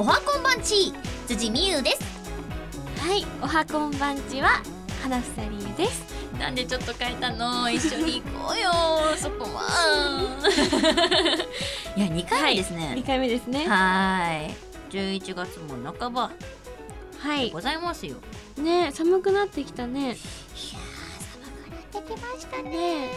んち辻美優ですはい、おはこんばんちは花ふさりゆです。なんでちょっと変えた の一緒に行こうよそこ はいや2回目です二ね回目ですね。はい11月も半ばはいご。ざいますよねえ、寒くなってきたね。いやー寒くなってきましたねね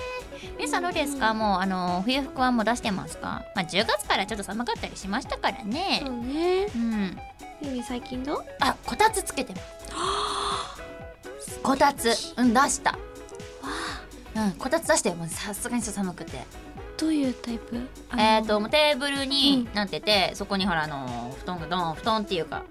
皆さんどうですかもうあの冬服はもう出してますかまあ10月からちょっと寒かったりしましたからえ、そねうね。うんゆみ最近どう？あこたつつけてますこたつうん出したうん、こたつ出してもうさすがにちょっと寒くてどういうタイプ？えー、ともうテーブルにうなってて、そこにほらあの布団がドーン布団っていうか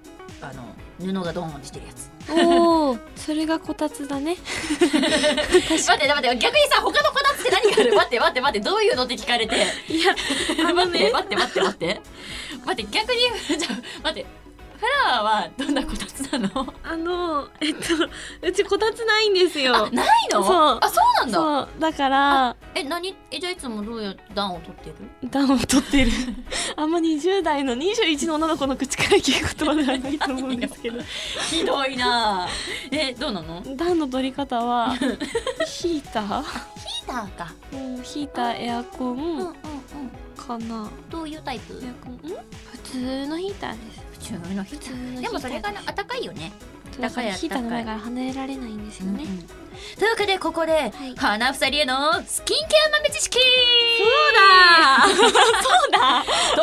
あの布がドーンってしてるやつあの。お お、それがこたつだね。待って待って逆にさ他のこたつって何があ る待って待って待ってどういうのって聞かれていや、待って待って待って待って待って逆に じゃあ待ってフラワーはどんなこたつなのあのえっとうちこたつないんですよあ。ないのそうあそうなんだそうだからえ何えじゃあいつもどういう暖を取ってる暖を取ってるあんま20代の21の女の子の口から聞くことは ないと思うんですけどひどいなえどうなのヒ暖の取り方 はヒーターーターかうんヒーターエアコうんうんうンんかなどういうタイプエアコンん普通のヒーターです普通のヒー普タ通のヒーターーでもそれがな暖かいよねだか高らいヒーターの前から離れられないんですよね、うんうんというわけでここで、い花ふさりへのスキンケア豆知識 そうだそ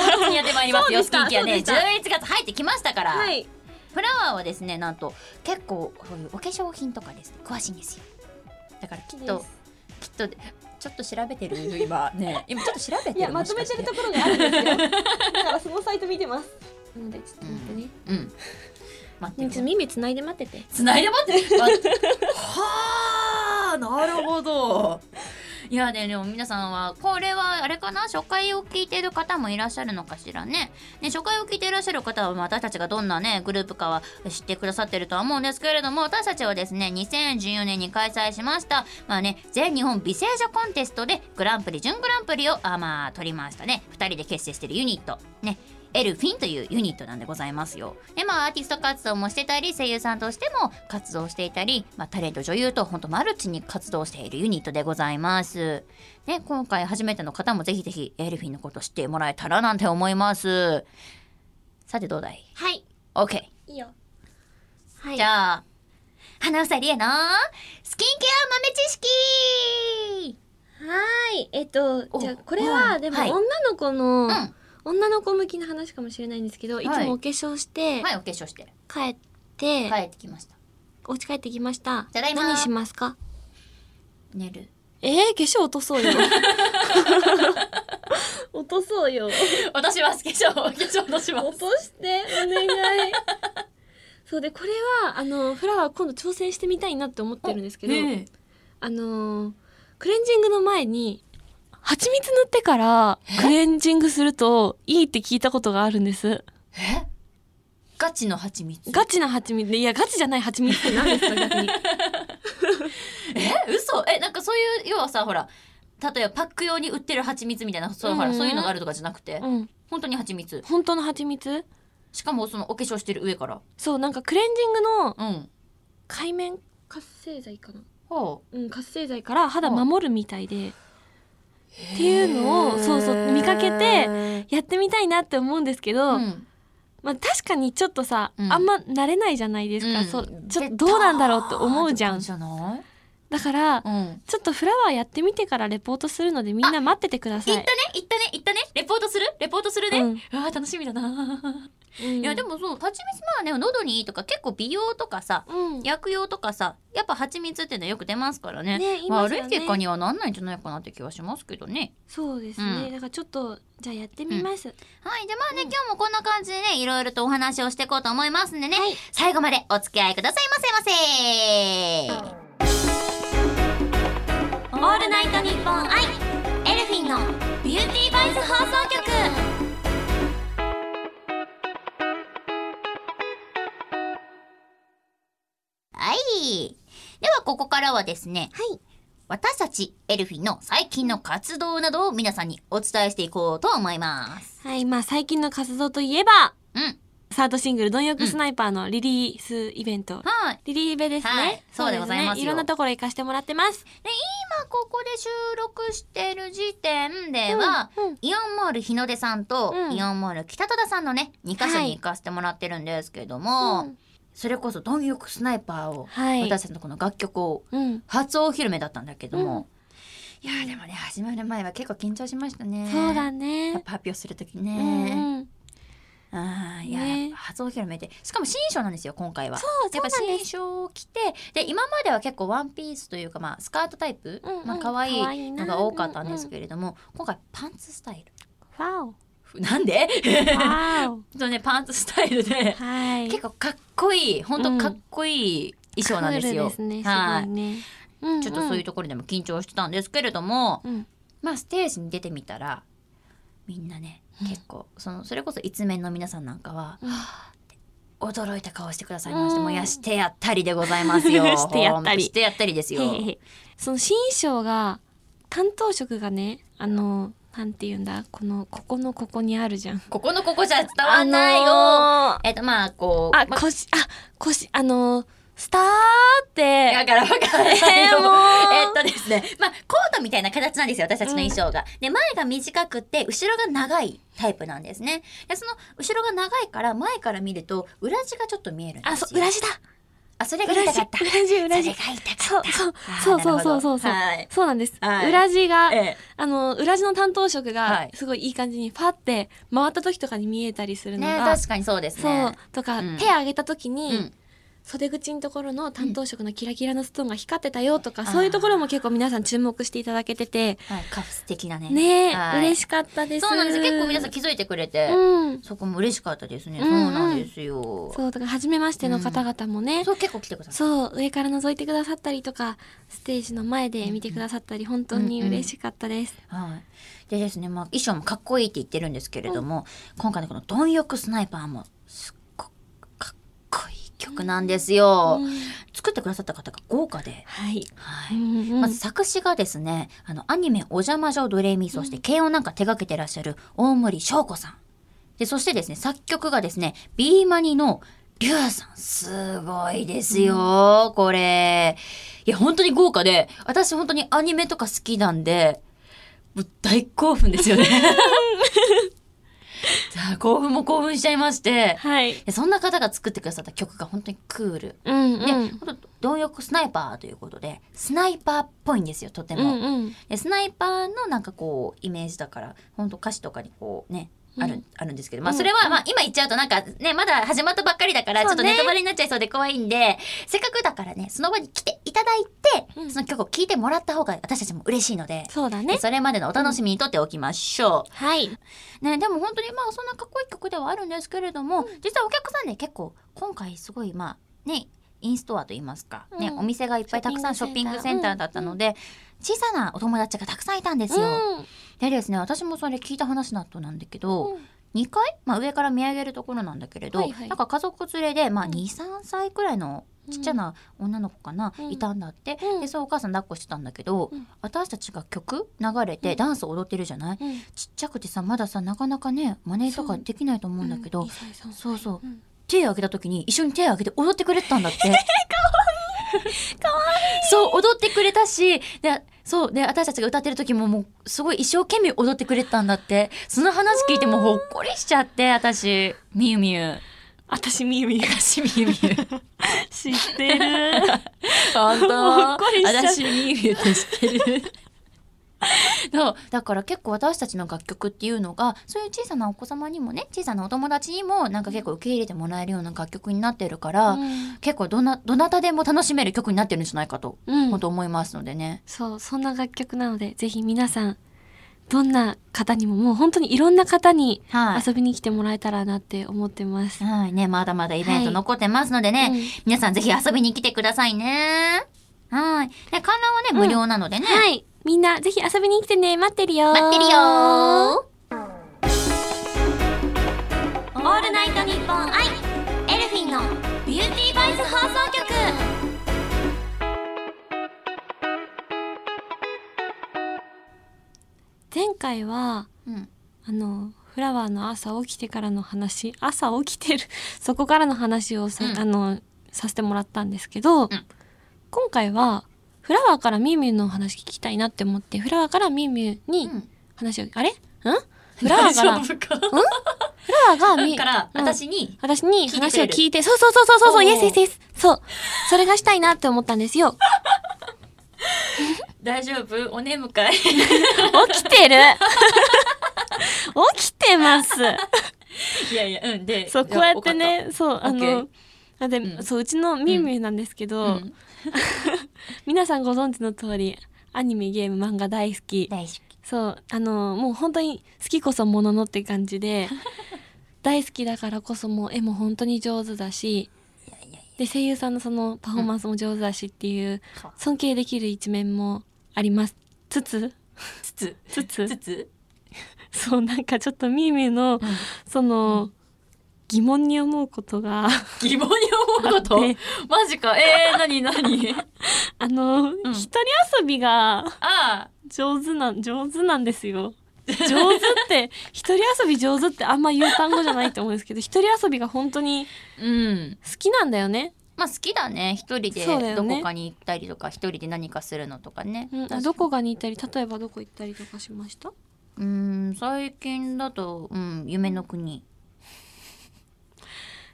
うだ唐突にやってまいりますよスそキうでしたンケアね11そうで月入ってきましたから、はいフラワーはですねなんと結構そういうお化粧品とかですね詳しいんですよだからきっときっとちょっと調べてる今ね今ちょっと調べてるいやまとめてるところがあるんですよだからそのサイト見てますなのでちょっと待ってね、うん待ねっちょてっと耳つないで待っててつないで待って待ってはあなるほどいやでも皆さんはこれはあれかな初回を聞いてる方もいらっしゃるのかしらねね初回を聞いていらっしゃる方はまあ私たちがどんなねグループかは知ってくださってるとは思うんですけれども私たちはですね2014年に開催しましたまあね全日本美声女コンテストでグランプリ準グランプリをあまあ取りましたね2人で結成してるユニットねエルフィンというユニットなんでございますよ。で、まあ、アーティスト活動もしてたり、声優さんとしても活動していたり、まあ、タレント女優と、ほんとマルチに活動しているユニットでございます。ね、今回初めての方もぜひぜひ、エルフィンのこと知ってもらえたらなんて思います。さて、どうだいはい ?OK。いいよはいじゃあ、花房理恵のスキンケア豆知識はーい、えっと、おじゃあこれは、うんでもはい女の子の、うん女の子向きの話かもしれないんですけど、い、つもお化粧して、はい、お化粧してる。帰って、帰ってきました。お家帰ってきました。ただいま何しますか寝る。えー、化粧落とそうよ。 落とそうよ。私は化粧、お化粧のし落として、お願い。そうで、これは、あの、フラワー今度挑戦してみたいなって思ってるんですけど、ねあのークレンジングの前に蜂蜜塗ってからクレンジングするといいって聞いたことがあるんですえガチの蜂蜜ガチな蜂蜜いやガチじゃない蜂蜜って何ですか逆にえ嘘えなんかそういう要はさほら例えばパック用に売ってる蜂蜜みたいなそう,、ほうらんそういうのがあるとかじゃなくて、 うん本当に蜂蜜本当の蜂蜜しかもそのお化粧してる上からそうなんかクレンジングのうん海面活性剤かなほうん活性剤から肌守るみたいでっていうのをそうそう見かけててやってみたいなって思うんですけうど、んまあ確かにちょっとさ、うんあんま慣れないじゃないですか、うんそうちょっとどうなんだろうって思うじゃんベターって感じゃないだからうん行っちょっとフラワーやってみてからレポートするのでみんな待っててくだたさい。ね行ったね行ったねレポートするレポートするね、うんあ楽しみだな、うんいやで、もそう蜂蜜まあね喉にいいとか結構美容とかさうん、薬用とかさやっぱ蜂蜜っていうのはよく出ますからねね今悪じゃいね結果にはなんないんじゃないかなって気はしますけどね。そうですね、うんだからちょっとじゃあやってみます。はい。じゃあまあね、うん今日もこんな感じでね、いろいろとお話をしていこうと思いますんでね、はい最後までお付き合いくださいませませ。オールナイトニッポンアイエルフィンのビューティーバイス放送局はい。ではここからはですね、はい私たちエルフィンの最近の活動などを皆さんにお伝えしていこうと思います。はい、まあ最近の活動といえばうん。サードシングル「貪欲スナイパー」のリリースイベント、はい。リリーベですね、はいそうでございますよそうねいろんなところ行かしてもらってますで、今ここで収録してる時点では、うんうんイオンモール日の出さんと、うんイオンモール北戸田さんのね、2カ所に行かせてもらってるんですけども、うんそれこそ貪欲スナイパーを、はい私たちのこの楽曲をうん初お披露目だったんだけども、うんいやーでもね、始まる前は結構緊張しましたね。そうだね。ねやっぱ発表するときうんね。うんああ、いや、ねやっぱ初お披露目で。しかも新衣装なんですよ、今回は。そうやっぱそうなん新です装を着てで今までは結構ワンピースというか、まあ、スカートタイプ、うんうんまあ可愛可愛いいなのが多かったんですけれども、今回パンツスタイわおル なんでわおそうねパンツスタイルでは い結構かっこいい本当かっこいい衣装なんですよ。クールですねすごはいいねうんんちょっとそういうところでも緊張してたんですけれども、うんまあステージに出てみたらみんなねうん結構そのそれこそ一面の皆さんなんかはうん驚いた顔してくださいまして、うんもういやしてやったりでございます よしてやったりしてやったりですよ。へへへその新衣装が担当色がねあのなんて言うんだこのここのここにあるじゃんここのここじゃ伝わんないよ、あのーえっとまあこうあまこしあこしあのースターってだからわかんないよ、えーもうえっとですねまあコートみたいな形なんですよ私たちの衣装が、で前が短くて後ろが長いタイプなんですねでその後ろが長いから前から見ると裏地がちょっと見えるんですよあそう裏地だあそれが裏痛地かった裏地そ裏れ地が痛かそうったそうあーそうそうそうそうそうなるほそうなんです、はい裏地がどはいえあの裏地の担当色はがいすごいいい感じにパって回った時とかに見えたりすえるのねが、確かにそうですそうねとか、うん手上げた時に、うん袖口のところの担当色のキラキラのストーンが光ってたよとか、そういうところも結構皆さん注目していただけててはい、カフス的なねねえ、はい嬉しかったですそうなんです結構皆さん気づいてくれて、うんそこも嬉しかったですね、うんうんそうなんですよそうとか初めましての方々もね、そう結構来てくださっそう上から覗いてくださったりとかステージの前で見てくださったり本当に嬉しかったです、た。はい。でですね、まあ衣装もかっこいいって言ってるんですけれども、今回のこの貪欲スナイパーもすっごくかっこいい曲なんですよ。うん作ってくださった方が豪華で。はい、はうい。んうんまず作詞がですね、あの、アニメ、お邪魔女ドレミ、そして、慶応なんか手掛けてらっしゃる大森翔子さん。で、そしてですね、作曲がですね、ビーマニのリュウさん、すごいですよ、これ。いや、本当に豪華で、私本当にアニメとか好きなんで、もう大興奮ですよ ね。 さあ興奮も興奮しちゃいまして、はいでそんな方が作ってくださった曲が本当にクール。うんで、本当貪欲スナイパーということで、スナイパーっぽいんですよ、とてうも。んうんでスナイパーのなんかこうイメージだから本当歌詞とかにこうねある,、うんあるんですけど、まあ、うんそれはまあ今言っちゃうとなんかねまだ始まったばっかりだからちょそっうとねネタバレになっちゃいそうで怖いんで、せっかくだからねその場に来ていただいて、うんその曲を聴いてもらった方が私たちも嬉しいので。そうだねそれまでのお楽しみにとっておきましょはい、う。ね、でも本当にまあそんなかっこいい曲ではあるんですけれども、実はお客さんね結構今回すごいまあねインストアといいますか、ねうんお店がいっぱいたくさんシショョッッピピンンググセセンンタターーだったので、小さなお友達がたくさんいたんですよ。うんでですね私もそれ聞いた話だったなんだけど、うん2階、まあ、上から見上げるところなんだけれど、はいはいなんか家族連れで、まあ、うん23歳くらいのちっちゃな女の子かな、うんいたんだって、うんでそうお母さん抱っこしてたんだけど、うん私たちが曲流れうてんダンス踊ってるじゃない、うんちっちゃくてさまださなかなかね真似とかできないと思うんだけど、ういいいいそうそううん手を挙げた時に一緒に手を挙げて踊ってくれてたんだ って。かわいいそう踊ってくれたしでそうで私たちが歌ってる時ももうすごい一生懸命踊ってくれてたんだってその話聞いてもうほっこりしちゃって私みゆみゆ私みゆみゆ私みゆみゆ知ってる 本当ほっこりしちゃ私みゆみゆって知ってるそうだから結構私たちの楽曲っていうのがそういう小さなお子様にもね小さなお友達にもなんか結構受け入れてもらえるような楽曲になってるから、うん結構どなどなたでも楽しめる曲になってるんじゃないかと、うん本当思いますのでね。そうそんな楽曲なのでぜひ皆さんどんな方にももう本当にいろんな方にはい。遊びに来てもらえたらなって思ってます、はいね、まだまだイベント残ってますのでね、うん皆さんぜひ遊びに来てくださいね。はい。で、観覧はね、うん無料なのでね。はいみんなぜひ遊びに来てね待ってるよ待ってるよーオールナイトニッポンアイエルフィンのビューティーバイス放送局前回はうん。あのフラワーの朝起きてからの話朝起きてる そこからの話をさ,、うんあのさせてもらったんですけど、今回はフラワーからミュウミュウのお話聞きたいなって思ってフラワーからミュウミュウうにん話を、あれん フラワーから大丈夫かフラワーがみだから うん私に私聞いにてく話をれる聞いて、そうそうそうそうそうそう、おイーエスイエスイエス。そう。それがしたいなって思ったんですよ。 「大丈夫お眠 かい?起き てる起きてます。」いやいやうんでそう、いこうやっわてね、そう、あオッの、あで、うんそう、うちのミンミンなんですけど、わかったうん皆さんご存知の通り、アニメ、ゲーム、漫画大好き。大好きそう、あの、もう本当に好きこそもののって感 じで、大好きだからこそもう絵も本当に上手だし、で、声優さんのそのパフォーマンスも上手だしっていう、か尊敬できる一面もあります。つつつつつつつつそう、なんかちょっとミーミーの、その、疑問に思うことが疑問に思うことあってマジかえー、なになにあの、ん一人遊びが ああ上手なん、上手なんですよ。上手って、 一人遊び上手ってあんま言う単語じゃないと思うんですけど、一人遊びが本当にうん好きなんだよね。まあ好きだね一人そうだでよどねこかに行ったりとか一人で何かするのとかねうん、あ確どこが似たり、例えばどこ行ったりとかしましたうん最近だと、うん、夢の国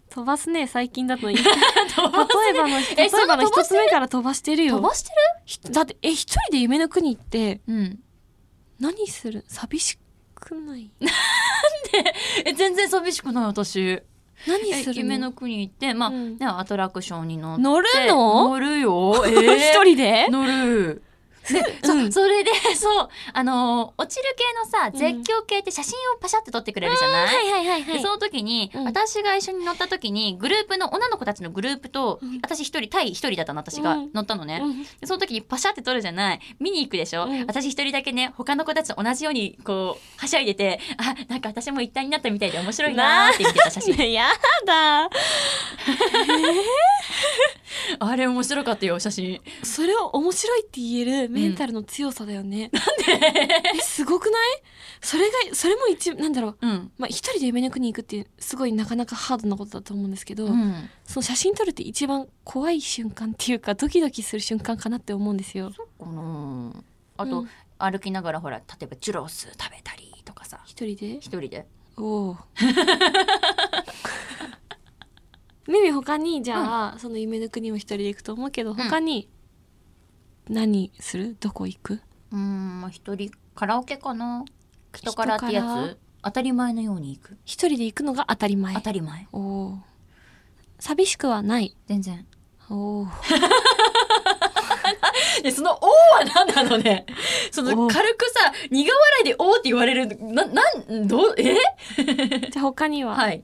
飛ばすね、最近 だと。 例えばの、例えばのそんな飛ば一しつてる目から飛ばしてるよ。飛ばしてひだってえ一人で夢の国行ってるうん何する寂しく ないえ全然寂しくない私何えするの夢の国行ってまあ、うんねアトラクションに乗って乗るの乗るよ え一人でー、乗るで、 そうんそれでそうあのー落ちる系のさうん絶叫系って写真をパシャって撮ってくれるじゃない、いはいはいはでその時に、うん私が一緒に乗った時にグループの女の子たちのグループと、うん私一人対一人だったの私がうん乗ったのね、うんでその時にパシャって撮るじゃない見に行くでしょ、うん私一人だけね他の子たちと同じようにこうはしゃいでてあなんか私も一体になったみたいで面白いなーって見てた写真ねやだ あれ面白かったよ写真それを面白いって言えるメンタルの強さだよね、えすごくないそれがそれも一なんだろううん、まあ一人で夢の国行くってすごいなかなかハードなことだと思うんですけど、うん、その写真撮るって一番怖い瞬間っていうかドキドキする瞬間かなって思うんですよこのあと、うん歩きながらほら例えばチュロス食べたりとかさ一人で一人でおお。ミミ他にじゃあ、その夢の国も一人で行くと思うけど他に何するどこ行くうんまあ一人カラオケかな人からってや人からつ当たり前のように行く一人で行くのが当たり前当たり前おお寂しくはない全然おおでその「お」は何なの ねそおの軽くさ苦笑いで「お」って言われるななんどうえじゃあ他には、はい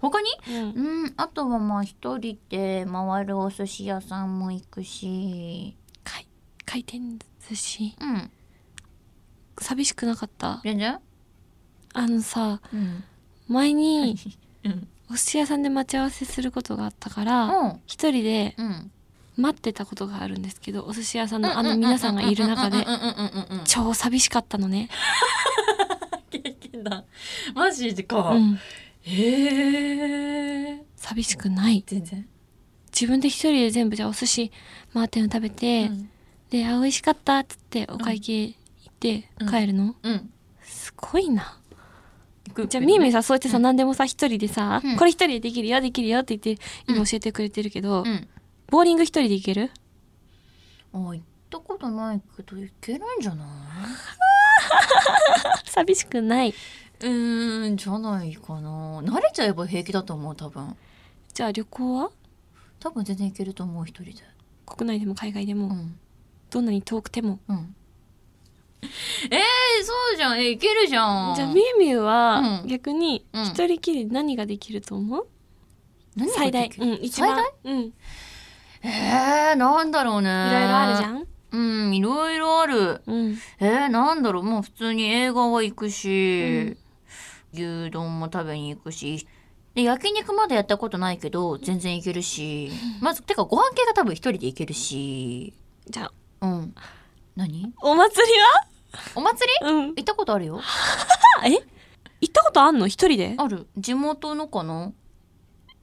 他にうんうんあとはまあ一人で回るお寿司屋さんも行くし回回転寿司うん寂しくなかった全然あのさうん前にうんお寿司屋さんで待ち合わせすることがあったから、うん一人でうん待ってたことがあるんですけどお寿司屋さんのあうんうんうんうんうのん皆さんがいる中でうんうんうんうんうん超寂しかったのね。経験だマジでかうん、へえ寂しくない。全然自分で一人で全部じゃあお寿司回ってるの食べて、うんで、あ、美味しかったっつってお会計行ってうん帰るの、うんすごいな。行くじゃあ、みーみーさ、そうやってさ、何でもさ、一人でさ、うんこれ一人でできるよ、できるよって言って、う今ん教えてくれてるけうど、んボーリング一人で行けるあ行ったことないけど行けるんじゃない寂しくない。うーんじゃないかな慣れちゃえば平気だと思う多分じゃあ、旅行は多分全然いけると思う一人で国内でも海外でも、うんどんなに遠くても。うんえー、そうじゃんえいけるじゃんじゃあ、みーみーは、うん逆に、うん一人きりで何ができると思う、何が最大で。きうるん、一番。最うん。いえー、なんだろうねいろいろあるじゃん。うんいろいろあるうん。えー、なんだろうもう普通に映画は行くし、牛丼も食べに行くしで焼肉まだやったことないけど全然行けるしまずてかご飯系が多分一人で行けるしじゃあ、うん何お祭りはお祭りうん。行ったことあるよあ、え行ったことあんの一人である地元のかな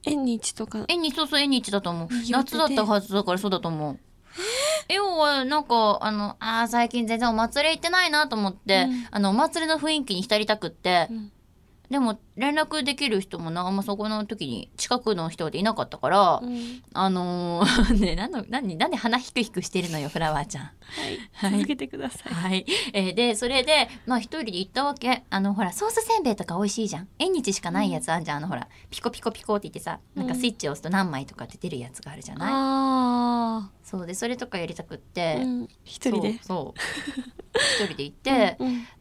縁日とか縁日そうそう縁日だと思うにぎわって夏てだったはずだからそうだと思う要はなんかあのあー最近全然お祭り行ってないなと思って、うんあのお祭りの雰囲気に浸りたくって、うんでも連絡できる人もなあんまそこの時に近くの人でいなかったから、うんあのー ねなんのなんなんで鼻ひくひくしてるのよフラワーちゃん。はい、続けてくださいはい、えーでそれでまあ一人で行ったわけあのほらソースせんべいとか美味しいじゃん縁日しかないやつあんじゃん、あのほらピコピコピコって言ってさなんかスイッチを押すと何枚とかって出るやつがあるじゃない、あそうでそれとかやりたくっあ、て、うん、一人でそうそう一人で行って、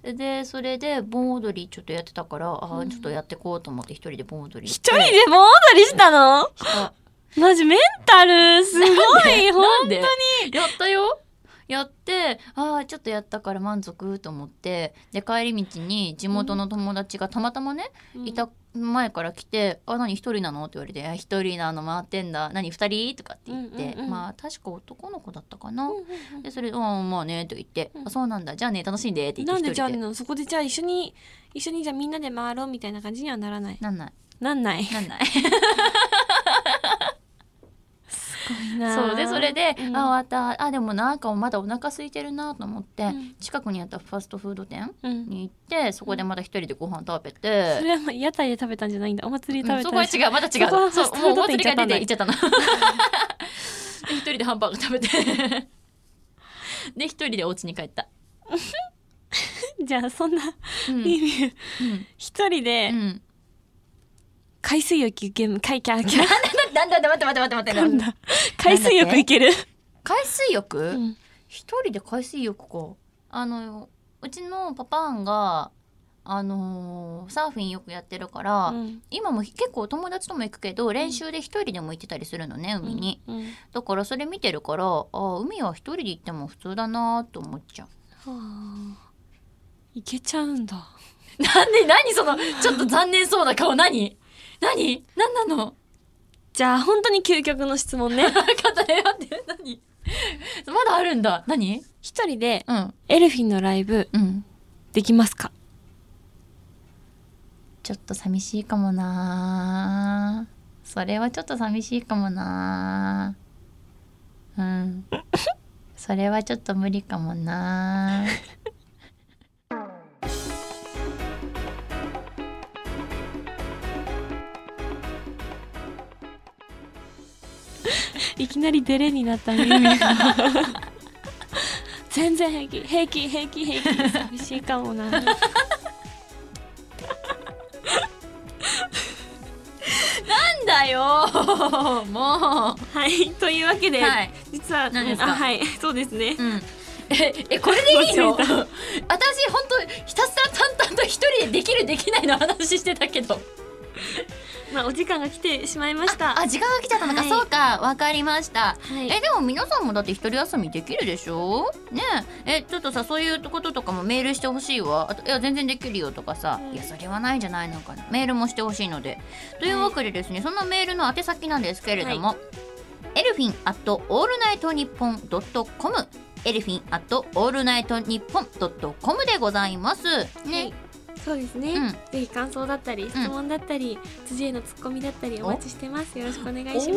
うんでそれで盆踊りちょっとやってたからあうーんちょっとやってこうと思って一人で盆踊り一人で盆踊りしたのしたマジメンタルすごいほんなんでやったよやってああちょっとやったから満足と思ってで帰り道に地元の友達がたまたまね、 いた前から来て「あ何一人なの?」って言われてあ「一人なの回ってんだ何二人?」とかって言って、うんうんうんまあ確か男の子だったかな。うんうんでそれで「ああまあね」と言って、うんあそうなんだじゃあね楽しんで」ってうん言っなてんで一じゃあ人で。のそこでじゃあ一緒に一緒にじゃあみんなで回ろうみたいな感じにはならないなんないなんないなんないそそうでうでそ それれでで、 「ああ終わったあでもなんかまだお腹空いてるな」と思って、うん近くにあったファストフード店うん、に行ってそこでまた一人でご飯食べてそ、れはまあ屋台で食べたんじゃないんだお祭りでう食んべそたこは違うまた違そこうはそファストうもうフーおド店祭りが出て行行っっちゃったの で一人でハンバーグ食 べてで一人でお家に帰った、 じゃあそんなうんリビューうん一人でうん海水浴行ける海キャーキャーなんだなんだ待って待って待ってな待んってだ海水浴行ける、海水浴、うん、一人で海水浴かあのうちのパパンがあのーサーフィンよくやってるから、うん今も結構友達とも行くけど練習で一人でも行ってたりするのね海に、うんはだからそれ見てるからあー海は一人で行っても普通だなと思っちゃうあ行けちゃうんだなんで何そのちょっと残念そうな顔何何何なのじゃあ本当に究極の質問ね 肩でやって何まだあるんだ何一人でうんエルフィンのライブうんできますかちょっと寂しいかもなそれはちょっと寂しいかもなうんそれはちょっと無理かもなうんいきなりデレになったねゆみが 全然平気平気平気平気寂しいかも ななんだよもうはいというわけで、はい実は何ですかあはいそうですねうんええこれでいいの間私本当ひたすら淡々と一人でできるできないの話してたけどまあお時間が来てしまいましたあ時間が来ちゃったのか、はいそうかわかりましたはいえでも皆さんもだって一人休みできるでしょねええちょっとさそういうこととかもメールしてほしいわあといや全然できるよとかさ、うんいやそれはないんじゃないのかなメールもしてほしいのでというわけでですね、そのメールの宛先なんですけれども、エルフィンアットオールナイトニッポンドットコムエルフィンアットオールナイトニッポンドットコムでございますはねい、そうですね、うんぜひ感想だったり質問だったり、辻へのツッコミだったりおお待ちしてますよろしくお願いします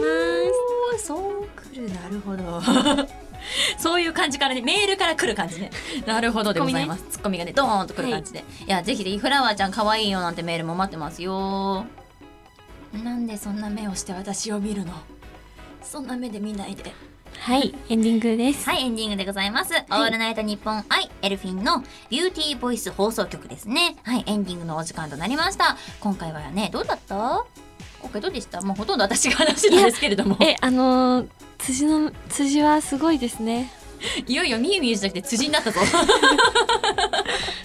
おーそうくるなるほど そういう感じからねメールから来る感じねなるほどでございますツッコミがねドーンとくる感じで、い、やぜひぜひフラワーちゃん可愛いよなんてメールも待ってますよなんでそんな目をして私を見るのそんな目で見ないではいエンディングですはいエンディングでございます、オールナイトニッポンアイエルフィンのビューティーボイス放送局ですねはいエンディングのお時間となりました今回はねどうだった今回どうでしたもうほとんど私が話してたんですけれどもえあのー辻の辻はすごいですねいよいよみゆみゆじゃなくて辻になったぞ。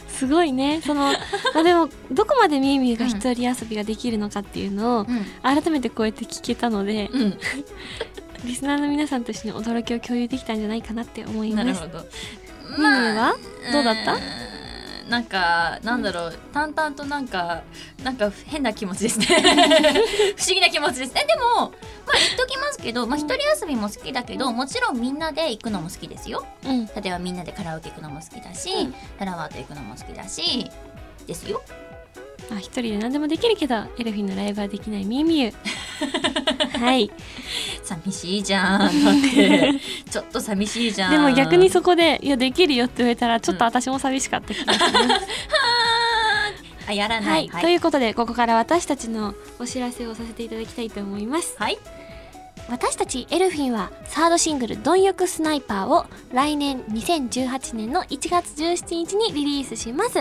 すごいねそ のまあでもどこまでみゆみゆが一人遊びができるのかっていうのをう改めてこうやって聞けたので、ん、リスナーの皆さんと一緒に驚きを共有できたんじゃないかなって思いなまるすほど。みゆみゆはどうだったーんなんかなんだろう、淡々となんかなんか変な気持ち ですね不思議な気持ちですえでもまあ言っときますけど、まあ、一人遊びも好きだけどもちろんみんなで行くのも好きですようん例えばみんなでカラオケ行くのも好きだし、うんフラワーと行くのも好きだしですよあ一人で何でもできるけどエルフィンのライブはできないみゆみゆ はい寂しいじ ゃんだってちょっと寂しいじゃんでも逆にそこで「いやできるよ」って言われたらちょっと私も寂しかった気がします、あやらなはいい、ということでここから私たちのお知らせをさせていただきたいと思いますはい私たちエルフィンはサードシングル「貪欲スナイパー」を来年2018年の1月17日にリリースします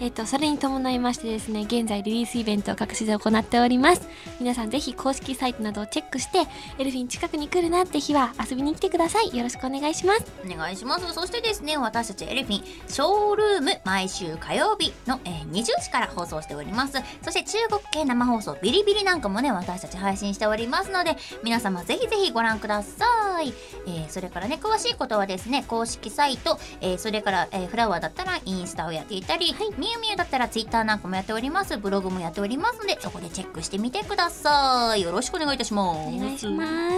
えっと、それに伴いましてですね、現在リリースイベントを各地で行っております。皆さんぜひ公式サイトなどをチェックして、エルフィン近くに来るなって日は遊びに来てください。よろしくお願いします。お願いしますそしてですね私たちエルフィンショールーム毎週火曜日の、えー20時から放送しておりますそして中国系生放送ビリビリなんかもね私たち配信しておりますので皆様ぜひぜひご覧ください、えーそれからね詳しいことはですね公式サイト、えーそれから、えーフラワーだったらインスタをやっていたり、みゆみゆだったらツイッターなんかもやっておりますブログもやっておりますのでそこでチェックしてみてくださいよろしくお願いいたしますお願いします。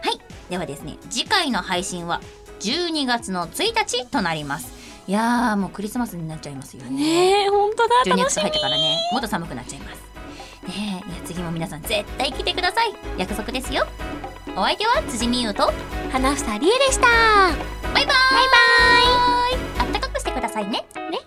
はい。ではですね、次回の配信は12月の1日となります。いやー、もうクリスマスになっちゃいますよね。ねえ、本当だ、 12楽月し入ってからね、もっと寒くなっちゃいます。ねえ、いや次も皆さん絶対来てください。約束ですよ。お相手は辻美優と、み。花房理恵でした。バイバーイバイバーイあったかくしてくださいね。ね。